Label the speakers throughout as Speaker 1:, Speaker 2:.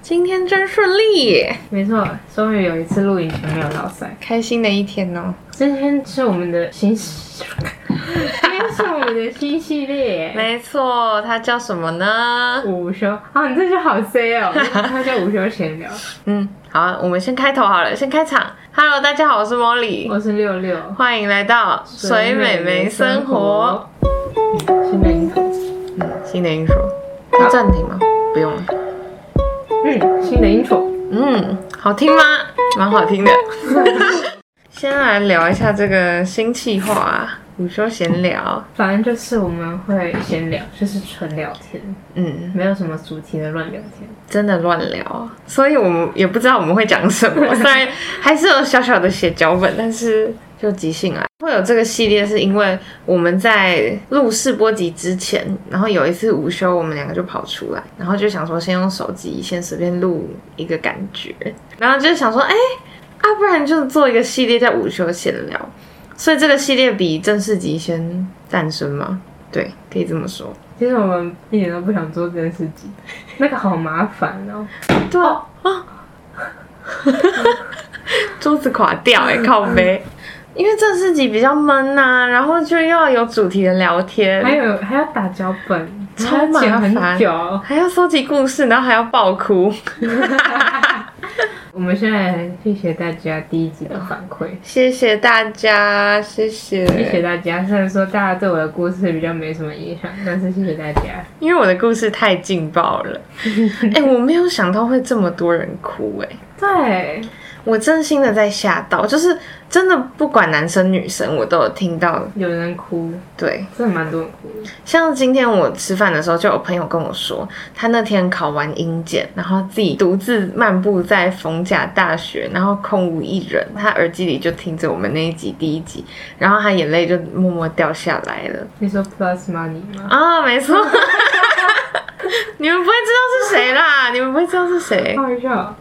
Speaker 1: 今天真顺利，
Speaker 2: 没错，终于有一次录影前没有落塞。
Speaker 1: 开心的一天哦。
Speaker 2: 今天是我们的新，今天是我们的新系列。
Speaker 1: 没错，它叫什么呢？
Speaker 2: 午休啊，你这就好 C 哦，他叫午休闲聊。
Speaker 1: 嗯，好，我们先开头好了，先开场。Hello，大家好，我是 Molly，
Speaker 2: 我是六六，
Speaker 1: 欢迎来到水美眉生活。。嗯
Speaker 2: 嗯，新的音头。
Speaker 1: 新的音 r 要暂停吗？不用了。
Speaker 2: 嗯，新的 intro。
Speaker 1: 嗯，好听吗？蛮好 听的。先来聊一下这个新计划啊，午休闲聊。
Speaker 2: 反正就是我们会闲聊，就是纯聊天，
Speaker 1: 嗯，
Speaker 2: 没有什么主题的乱聊天。
Speaker 1: 真的乱聊，所以我们也不知道我们会讲什么。虽然还是有小小的写脚本，但是就即兴来。会有这个系列，是因为我们在录试播集之前，然后有一次午休，我们两个就跑出来，然后就想说哎啊先用手机先随便录一个感觉，然后就想说，哎、啊，不然就做一个系列叫午休闲聊。所以这个系列比正式集先诞生嘛？对，可以这么说。
Speaker 2: 其实我们一点都不想做这件事情，那个好麻烦哦。
Speaker 1: 对啊，啊 桌子垮掉哎、靠背。因为正式集比较闷呐、然后就要有主题的聊天，
Speaker 2: 还有还要打脚本，
Speaker 1: 超麻
Speaker 2: 还要剪
Speaker 1: 烦
Speaker 2: 很久。
Speaker 1: 还要收集故事，然后还要爆哭。
Speaker 2: 我们现在谢谢大家第一集的反馈，
Speaker 1: 谢谢大家，谢谢，
Speaker 2: 谢谢大家。虽然说大家对我的故事比较没什么影响，但是谢谢大家。
Speaker 1: 因为我的故事太劲爆 了，哎、我没有想到会这么多人哭哎、
Speaker 2: 对，
Speaker 1: 我真心的在吓到，就是真的不管男生女生，我都有听到。
Speaker 2: 有人哭，
Speaker 1: 对，
Speaker 2: 真的蛮多人哭的。
Speaker 1: 像今天我吃饭的时候，就有朋友跟我说，他那天考完英检，然后自己独自漫步在逢甲大学，然后空无一人，他耳机里就听着我们那一集第一集，然后他眼泪就默默掉下来了。
Speaker 2: 你说 Plus Money 吗？
Speaker 1: 啊、没错，你们不会知道是谁啦，你们不会知道是谁。
Speaker 2: 好笑。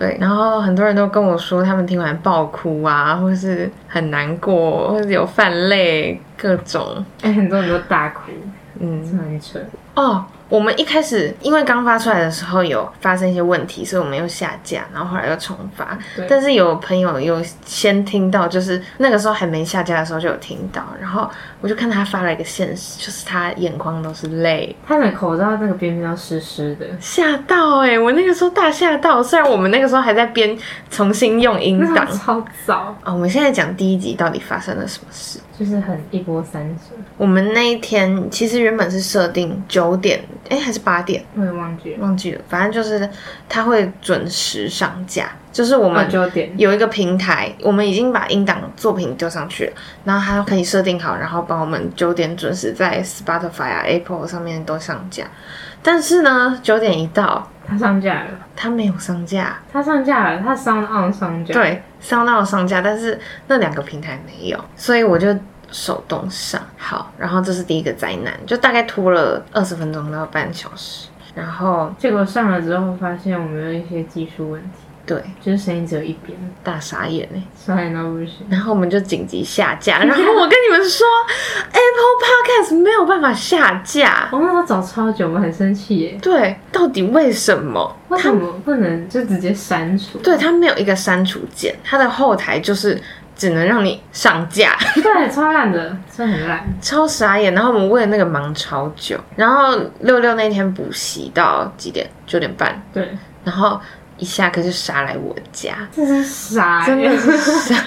Speaker 1: 对，然后很多人都跟我说，他们听完爆哭啊，或是很难过，或是有泛泪，各种。
Speaker 2: 哎、很多人都大哭，
Speaker 1: 嗯，
Speaker 2: 真的很扯。
Speaker 1: 哦，我们一开始因为刚发出来的时候有发生一些问题，所以我们又下架，然后后来又重发。
Speaker 2: 对
Speaker 1: 但是有朋友有先听到，就是那个时候还没下架的时候就有听到，然后我就看他发了一个现实，就是他眼眶都是泪，
Speaker 2: 他的口罩那个边边都湿湿的，
Speaker 1: 吓到哎、我那个时候大吓到，虽然我们那个时候还在编重新用音
Speaker 2: 那
Speaker 1: 档。
Speaker 2: 个超早，
Speaker 1: 啊、我们现在讲第一集到底发生了什么事？
Speaker 2: 就是很一波三折。
Speaker 1: 我们那一天其实原本是设定九点，哎、还是八点？
Speaker 2: 我也忘记了，
Speaker 1: 忘记了，反正就是它会准时上架，就是我
Speaker 2: 哦
Speaker 1: 们
Speaker 2: 九点。
Speaker 1: 有一个平台，我们已经把音档作品丢上去了，然后它可以设定好，然后帮我们九点准时在 Spotify 啊、Apple 上面都上架。但是呢，九点一到，
Speaker 2: 他上架了，
Speaker 1: 它没有上架，
Speaker 2: 他上架了，他 Sound On 上架。，
Speaker 1: 对，上到上架，但是那两个平台没有，所以我就。手动上好，然后这是第一个灾难，就大概拖了二十分钟到半小时，然后
Speaker 2: 结果上了之后发现我们有一些技术问题，
Speaker 1: 对
Speaker 2: 就是声音只有一边，
Speaker 1: 大傻眼哎、
Speaker 2: 刷脸到不行。
Speaker 1: 然后我们就紧急下架。 然后我跟你们说，Apple Podcast 没有办法下架。
Speaker 2: 我那时候找超久，我很生气耶，
Speaker 1: 对，到底为什么？
Speaker 2: 为什么不能就直接删除？
Speaker 1: 对，它没有一个删除键，它的后台就是只能让你上架，
Speaker 2: 对，超烂的，真的很烂。
Speaker 1: 超傻眼。然后我们为了那个忙超久，然后六六那天补习到几点？九点半，
Speaker 2: 对，
Speaker 1: 然后一下课就杀来我家，
Speaker 2: 这是傻
Speaker 1: 真的
Speaker 2: 耶，
Speaker 1: 是杀。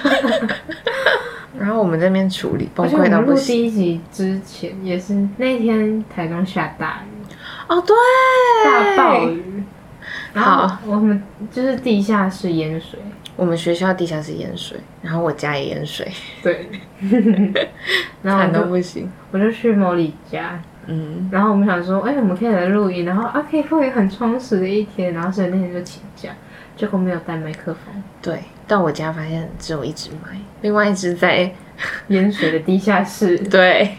Speaker 1: 然后我们这边处理崩
Speaker 2: 而且我
Speaker 1: 溃到
Speaker 2: 们
Speaker 1: 不
Speaker 2: 录
Speaker 1: 行。
Speaker 2: 第一集之前也是那天台中下大雨，
Speaker 1: 哦，对，
Speaker 2: 大暴雨，然后
Speaker 1: 好
Speaker 2: 我们就是地下室淹水，
Speaker 1: 我们学校地下室淹水，然后我家也淹 水，
Speaker 2: 对，然后
Speaker 1: 惨
Speaker 2: 我
Speaker 1: 到
Speaker 2: 就
Speaker 1: 不行。
Speaker 2: 我就去某里家，
Speaker 1: 嗯，
Speaker 2: 然后我们想说，哎、我们可以来录音，然后啊，可以会很充实的一天，然后所以那天就请假，结果没有带麦克风，
Speaker 1: 对，到我家发现只有一只麦，另外一只 在
Speaker 2: 淹水的地下室，
Speaker 1: 对，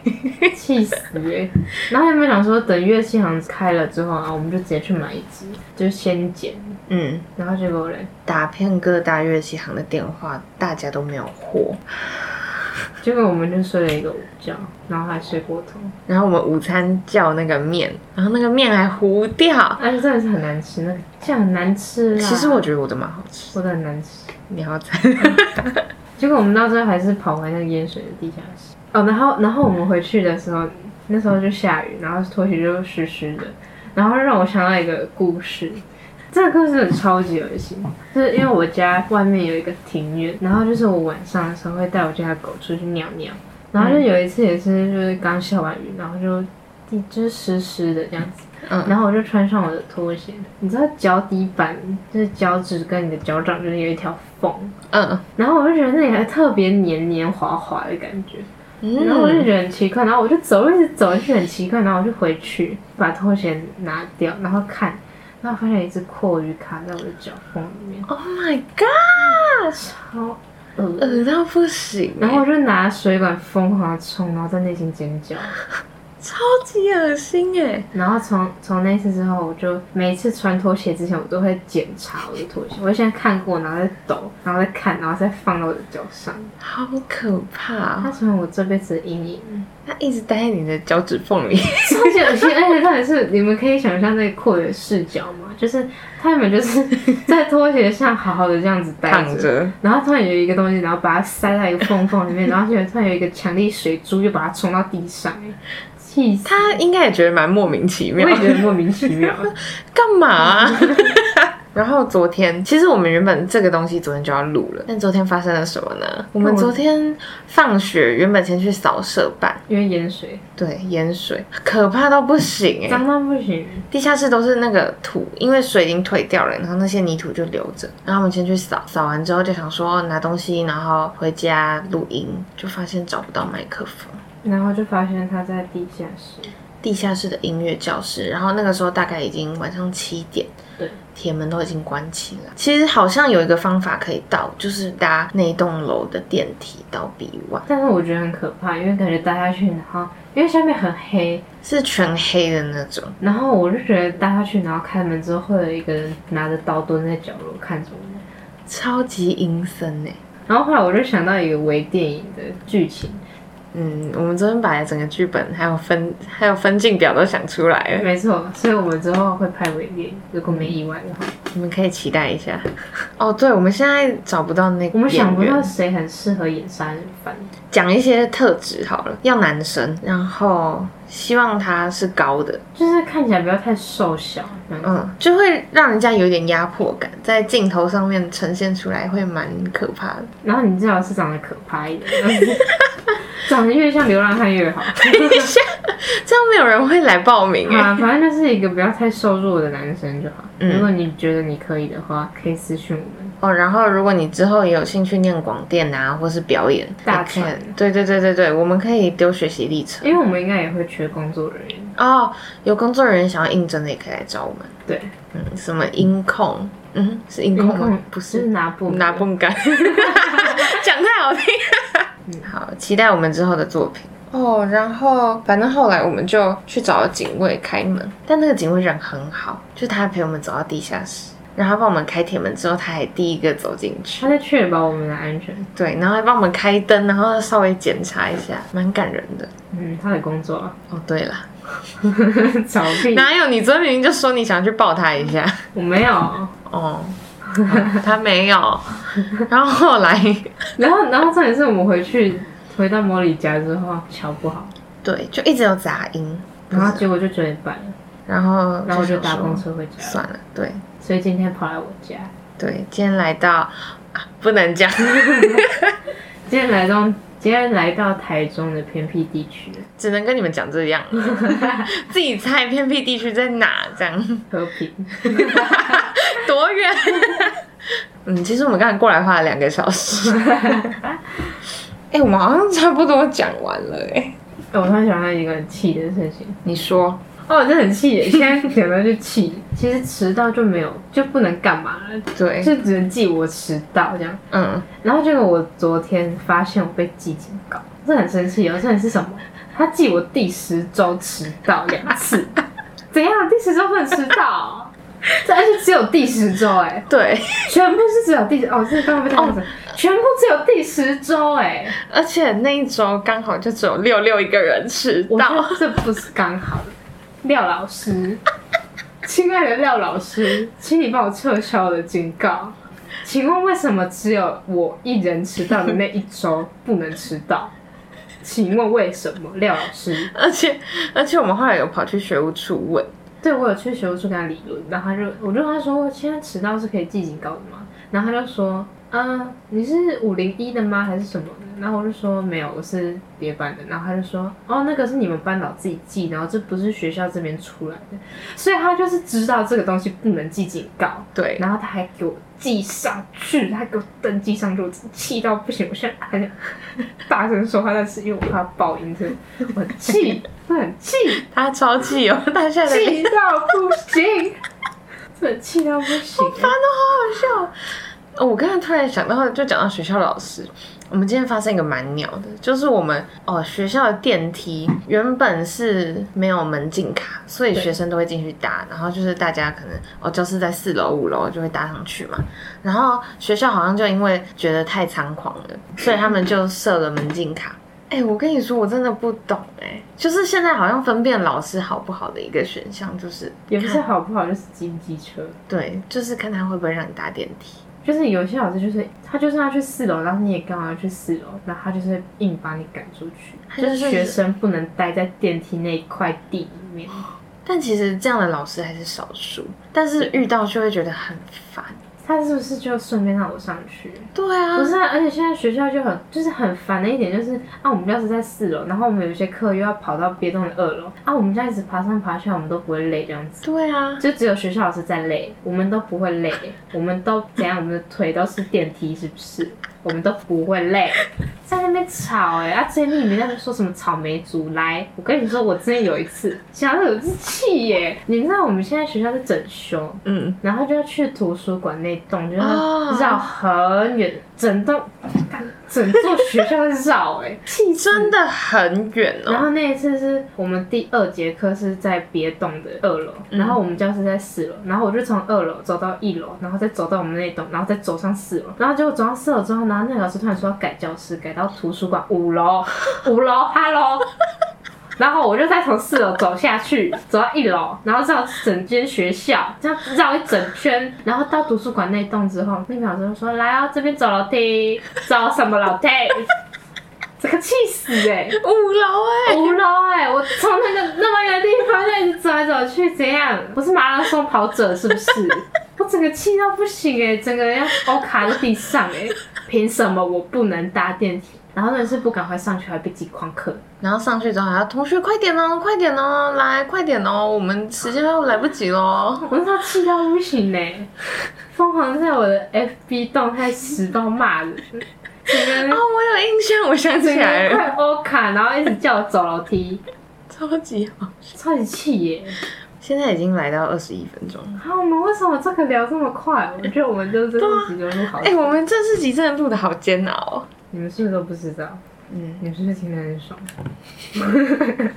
Speaker 2: 气死哎、然后有没有想说，等乐器行开了之后啊，我们就直接去买一支，就先剪，
Speaker 1: 嗯，
Speaker 2: 然后结果嘞，
Speaker 1: 打遍各大乐器行的电话，大家都没有货，
Speaker 2: 结果我们就睡了一个午觉，然后还睡过头，
Speaker 1: 然后我们午餐叫那个面，然后那个面还糊掉。
Speaker 2: 而且哎真的是很难吃，那个酱很难吃啦。
Speaker 1: 其实我觉得我的蛮好吃，
Speaker 2: 我的很难吃。
Speaker 1: 你好 惨。
Speaker 2: 结果我们到最后还是跑回那个淹水的地下室。哦，然后然后我们回去的时候，那时候就下雨，然后拖鞋就湿湿的，然后让我想到一个故事。这个故事超级恶心，就是因为我家外面有一个庭院，然后就是我晚上的时候会带我家的狗出去尿尿，然后就有一次也是就是刚下完雨，然后就地就是湿湿的这样子，
Speaker 1: 嗯
Speaker 2: 然后我就穿上我的拖鞋，你知道脚底板就是脚趾跟你的脚掌就是有一条缝，
Speaker 1: 嗯
Speaker 2: 然后我就觉得那里还特别黏黏滑滑的感觉，
Speaker 1: 嗯，
Speaker 2: 然后我就觉得很奇怪，然后我就走，一直走去很奇怪，然后我就回去把拖鞋拿掉，然后看，然后发现有一只阔鱼卡在我的脚缝里面，
Speaker 1: Oh my god，
Speaker 2: 超恶。
Speaker 1: 恶到不行，欸
Speaker 2: 然后我就拿水管疯狂地冲，然后在内心尖叫。
Speaker 1: 超级恶心哎。
Speaker 2: 然后从从那次之后，我就每一次穿拖鞋之前，我都会检查我的拖鞋，我就先看过，然后再抖，然后再看，然后再放到我的脚上。
Speaker 1: 好可怕
Speaker 2: 它！成为我这辈子的阴影。
Speaker 1: 它一直待在你的脚趾缝里，
Speaker 2: 超级恶心，而且到底是你们可以想象那个阔的视角吗？就是他原本就是在拖鞋上好好的这样子待
Speaker 1: 躺
Speaker 2: 着，
Speaker 1: 着。
Speaker 2: 然后突然有一个东西，然后把它塞到一个缝缝里面，然后现在突然有一个强力水珠就把它冲到地上，哎气死！
Speaker 1: 他应该也觉得蛮莫名其妙
Speaker 2: 我，也觉得莫名其妙。
Speaker 1: 干嘛 啊、然后昨天，其实我们原本这个东西昨天就要录了，但昨天发生了什么呢？我们昨天放学，原本先去扫射板，
Speaker 2: 因为盐水
Speaker 1: 对，淹水，可怕到不行哎、
Speaker 2: 脏到不行，
Speaker 1: 地下室都是那个土，因为水已经退掉了，然后那些泥土就留着。然后我们先去扫，扫完之后就想说拿东西，然后回家录音，就发现找不到麦克风。
Speaker 2: 然后就发现它在地下室。
Speaker 1: 地下室的音乐教室，然后那个时候大概已经晚上七点，
Speaker 2: 对，
Speaker 1: 铁门都已经关起了。其实好像有一个方法可以到，就是搭那栋楼的电梯到 B one，
Speaker 2: 但是我觉得很可怕，因为感觉待下去，然后因为下面很黑，
Speaker 1: 是全黑的那种。
Speaker 2: 然后我就觉得搭下去，然后开门之后会有一个人拿着刀蹲在角落看着我们。
Speaker 1: 超级阴森呢、欸
Speaker 2: 然后后来我就想到一个微电影的剧情，
Speaker 1: 嗯，我们昨天把整个剧本还有分还有分镜表都想出来了，
Speaker 2: 没错，所以我们之后会拍微电影，如果没意外的话。
Speaker 1: 你们可以期待一下。 哦，对，我们现在找不到那个
Speaker 2: 我们想不
Speaker 1: 演员
Speaker 2: 到谁很适合演杀人犯，
Speaker 1: 讲一些特质好了，要男生，然后希望他是高的，
Speaker 2: 就是看起来不要太瘦小。嗯
Speaker 1: 嗯，就会让人家有点压迫感，在镜头上面呈现出来会蛮可怕的。
Speaker 2: 然后你最好是长得可怕一点， 长得越像流浪汉 越好。
Speaker 1: 这样没有人会来报名哎、
Speaker 2: 啊，反正就是一个不要太瘦弱的男生就好。
Speaker 1: 嗯
Speaker 2: 如果你觉得你可以的话，可以私信我们。
Speaker 1: 哦，然后如果你之后也有兴趣念广电啊，或是表演，
Speaker 2: 大
Speaker 1: 也可以
Speaker 2: 传
Speaker 1: 对对对对对，我们可以丢学习历程。
Speaker 2: 因为我们应该也会缺工作人员。
Speaker 1: 哦，有工作人员想要应征的也可以来找我们。
Speaker 2: 对，
Speaker 1: 嗯，什么音控？嗯，是音控吗？不，
Speaker 2: 就是是拿布
Speaker 1: 拿泵 杆，讲太好听了。好，期待我们之后的作品。嗯哦，然后反正后来我们就去找了警卫开门，但那个警卫人很好，就他陪我们走到地下室，然后他帮我们开铁门之后，他还第一个走进去
Speaker 2: 他，在确保我们的安全。
Speaker 1: 对，然后还帮我们开灯，然后稍微检查一下，蛮感人的。
Speaker 2: 嗯，他的工作啊，
Speaker 1: 哦，对了，
Speaker 2: 找屁！
Speaker 1: 哪有你昨天明明就说你想去抱他一下。
Speaker 2: 我没有。
Speaker 1: 哦， 他没有。然后后来，
Speaker 2: 然后，然后重点是我们回去回到莫里家之后，瞧不好，
Speaker 1: 对，就一直有杂音，
Speaker 2: 然后结果就九点半了，
Speaker 1: 然后
Speaker 2: 然后我就
Speaker 1: 想
Speaker 2: 搭
Speaker 1: 说
Speaker 2: 公车回家，
Speaker 1: 算了，对
Speaker 2: 所以今天跑来我家，
Speaker 1: 对，今天来到、啊、不能讲，
Speaker 2: 今天来到今天来到台中的偏僻地区，
Speaker 1: 只能跟你们讲这 样，自己猜偏僻地区在哪，这样
Speaker 2: 和平。
Speaker 1: 多远？ 嗯，其实我们刚才过来花了两个小 时。哎、我们好像差不多讲完了哎、
Speaker 2: 哎我突然想到一个很气的事情，
Speaker 1: 你说
Speaker 2: 哦，我真的很气耶，现在想到就气。其实迟到就没有就不能干嘛了，
Speaker 1: 对，
Speaker 2: 就只能记我迟到这样。
Speaker 1: 嗯，
Speaker 2: 然后结果我昨天发现我被记警告，这很生气哦。这是什么？他记我第十周迟到两次，怎样？第十周不能迟到？这而且只有第十周哎、
Speaker 1: 对，
Speaker 2: 全部是只有第十哦，这刚刚被讲全部只有第十周哎、
Speaker 1: 而且那一周刚好就只有六六一个人迟
Speaker 2: 我觉
Speaker 1: 到，
Speaker 2: 得这不是刚好的。廖老师，亲爱的廖老师，请你帮我撤销我的警告。请问为什么只有我一人迟到的那一周不能迟到？请问为什么，廖老师？
Speaker 1: 而且而且我们后来有跑去学务处问，
Speaker 2: 对我有去学务处跟他理论，然后他就我就跟他说，现在迟到是可以记警告的吗？然后他就说，嗯，你是五零一的吗？还是什么的？然后我就说没有，我是别班的。然后他就说，哦，那个是你们班导自己记，然后这不是学校这边出来的，所以他就是知道这个东西不能记警告，
Speaker 1: 对，
Speaker 2: 然后他还给我记上去，他给我登记上去，我真的气到不行，我现在很想 大声说话，但是因为我怕爆音，所以我很气，我很气。
Speaker 1: 他超气哦，他现在的脸
Speaker 2: 气到不 行，真的气到不行。
Speaker 1: 都好好笑。哦我刚才突然想到，就讲到学校老师，我们今天发生一个蛮鸟的，就是我们哦学校的电梯原本是没有门禁卡，所以
Speaker 2: 对
Speaker 1: 学生都会进去搭，然后就是大家可能哦教室在四楼五楼就会搭上去嘛，然后学校好像就因为觉得太猖狂了，所以他们就设了门禁卡。哎、我跟你说，我真的不懂哎、就是现在好像分辨老师好不好的一个选项，就是
Speaker 2: 也不是好不好，就是机不机车。
Speaker 1: 对，就是看他会不会让你搭电梯。
Speaker 2: 就是有些老师就是他就是要去四楼，然后你也刚好要去四楼，然后他就是硬把你赶出去，
Speaker 1: 他
Speaker 2: 就
Speaker 1: 就是
Speaker 2: 是学生不能待在电梯那一块地里面。
Speaker 1: 但其实这样的老师还是少数，但是遇到就会觉得很烦。
Speaker 2: 他是不是就顺便让我上去？
Speaker 1: 对啊
Speaker 2: 不，是啊，而且现在学校就很就是很烦的一点就是啊，我们教室在四楼，然后我们有一些课又要跑到别栋的二楼啊，我们这样一直爬上爬下，我们都不会累这样子。
Speaker 1: 对啊，
Speaker 2: 就只有学校老师在累，我们都不会累，我们都怎样？我们的腿都是电梯，是不是？我们都不会累，在那边吵哎、啊！最近你们在说什么草莓族？来，我跟你说，我之前有一次想到有一次气耶、你知道我们现在学校在整修，
Speaker 1: 嗯，
Speaker 2: 然后就要去图书馆那栋，就是
Speaker 1: 哦
Speaker 2: 绕很远，整栋，干整座学校在绕哎、气死
Speaker 1: 真的很远
Speaker 2: 然
Speaker 1: 哦。
Speaker 2: 后那一次是我们第二节课是在别栋的二楼，
Speaker 1: 嗯
Speaker 2: 然后我们教室在四楼，然后我就从二楼走到一楼，然后再走到我们那栋，然后再走上四楼，然后结果走上四楼之后，然后那个老师突然说要改教室，改到图书馆 五楼，五楼哈喽。然后我就再从四楼走下去，走到一楼，然后绕整间学校，这样绕一整圈，然后到图书馆那栋之后，那个老师就说：“来哦，这边走楼梯，走什么楼梯？” 这个气死哎、
Speaker 1: 五楼哎、
Speaker 2: 无聊哎、我从那个那么远的地方就一直走来走去，怎样？我是马拉松跑者是不 是？我整个气到不行哎、整个人要欧卡在地上哎、凭什么我不能搭电梯？然后那是不赶快上去，还被记旷课。
Speaker 1: 然后上去之后还要同学快点哦，快点哦，来快点哦，我们时间要来不及哦喽。
Speaker 2: 我那时候气到不行呢、疯狂在我的 FB 动态实到骂人，整个 人
Speaker 1: 哦，我有印象，我想
Speaker 2: 整
Speaker 1: 起
Speaker 2: 个
Speaker 1: 来
Speaker 2: 人
Speaker 1: 了，
Speaker 2: 快欧卡，然后一直叫我走楼梯，
Speaker 1: 啊超级好。
Speaker 2: 超级气耶、
Speaker 1: 现在已经来到二十一分钟了。
Speaker 2: 啊，我们为什么这个聊这么快？我觉得我们就是自己就录好久。
Speaker 1: 哎、我们这四集真的录的好煎熬哦。
Speaker 2: 你们是不是都不知道？
Speaker 1: 嗯
Speaker 2: 你们是不是听得很爽？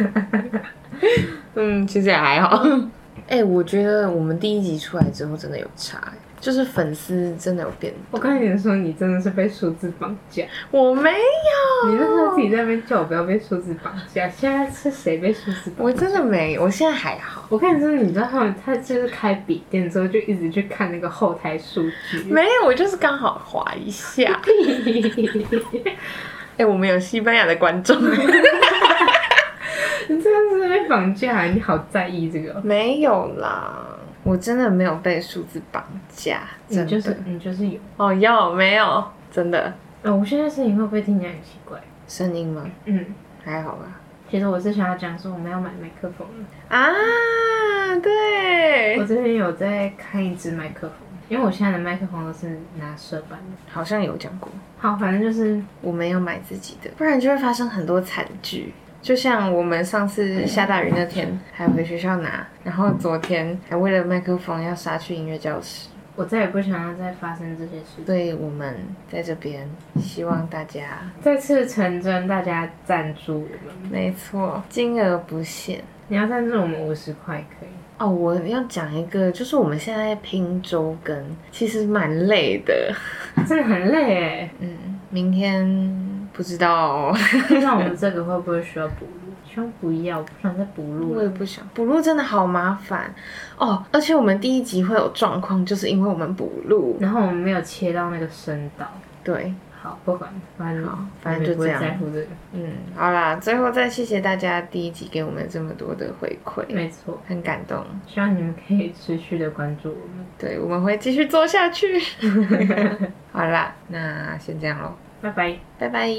Speaker 1: 嗯，其实也还好。 哎、我觉得我们第一集出来之后真的有差、哎就是粉丝真的有变
Speaker 2: 我跟你说，你真的是被数字绑架。
Speaker 1: 我没有，
Speaker 2: 你那时候自己在那边叫我不要被数字绑架，现在是谁被数字绑架？
Speaker 1: 我真的没有，我现在还好，
Speaker 2: 我跟你说，你知道他们，他就是开笔电之后就一直去看那个后台数据。
Speaker 1: 没有，我就是刚好滑一下。哎、我们有西班牙的观众，
Speaker 2: 嗯你真的是被绑架，你好在意这个哦。
Speaker 1: 没有啦，我真的没有被数字绑架，真
Speaker 2: 你
Speaker 1: 的。
Speaker 2: 就是你就是有。
Speaker 1: 哦，要没有，真的
Speaker 2: 呃、我现在声音会不会听起来很奇怪？
Speaker 1: 声音吗？
Speaker 2: 嗯，
Speaker 1: 还好吧。
Speaker 2: 其实我是想要讲说我们要买麦克风了。
Speaker 1: 啊，
Speaker 2: 我
Speaker 1: 对，
Speaker 2: 这边有在看一支麦克风，因为我现在的麦克风都是拿射板的。
Speaker 1: 好像有讲过。
Speaker 2: 好，反正就是
Speaker 1: 我们要买自己的，不然就会发生很多惨剧。就像我们上次下大雨那天，还回学校拿，然后昨天还为了麦克风要杀去音乐教室，
Speaker 2: 我再也不想要再发生这些事情。
Speaker 1: 所以我们在这边希望大家，
Speaker 2: 再次成真，大家赞助我们，
Speaker 1: 没错，金额不限，
Speaker 2: 你要赞助我们五十块可以，
Speaker 1: 哦，我要讲一个，就是我们现在拼周更，其实蛮累的。
Speaker 2: 真的很累哎。
Speaker 1: 嗯，明天不知道哦、
Speaker 2: 不知道我们这个会不会需要补录？希望不要，我不想再补录
Speaker 1: 我
Speaker 2: 了。
Speaker 1: 也不想补录，真的好麻烦哦。而且我们第一集会有状况，就是因为我们补录。
Speaker 2: 然后我们没有切到那个声道。
Speaker 1: 对，
Speaker 2: 好，不管，反正
Speaker 1: 好反正就
Speaker 2: 我
Speaker 1: 这
Speaker 2: 也不
Speaker 1: 样
Speaker 2: 会在乎这个，
Speaker 1: 嗯，好啦，最后再谢谢大家第一集给我们这么多的回馈，
Speaker 2: 没错。
Speaker 1: 很感动。
Speaker 2: 希望你们可以持续的关注我们。
Speaker 1: 对，我们会继续做下去。好啦，那先这样喽，
Speaker 2: 拜拜。
Speaker 1: 拜拜。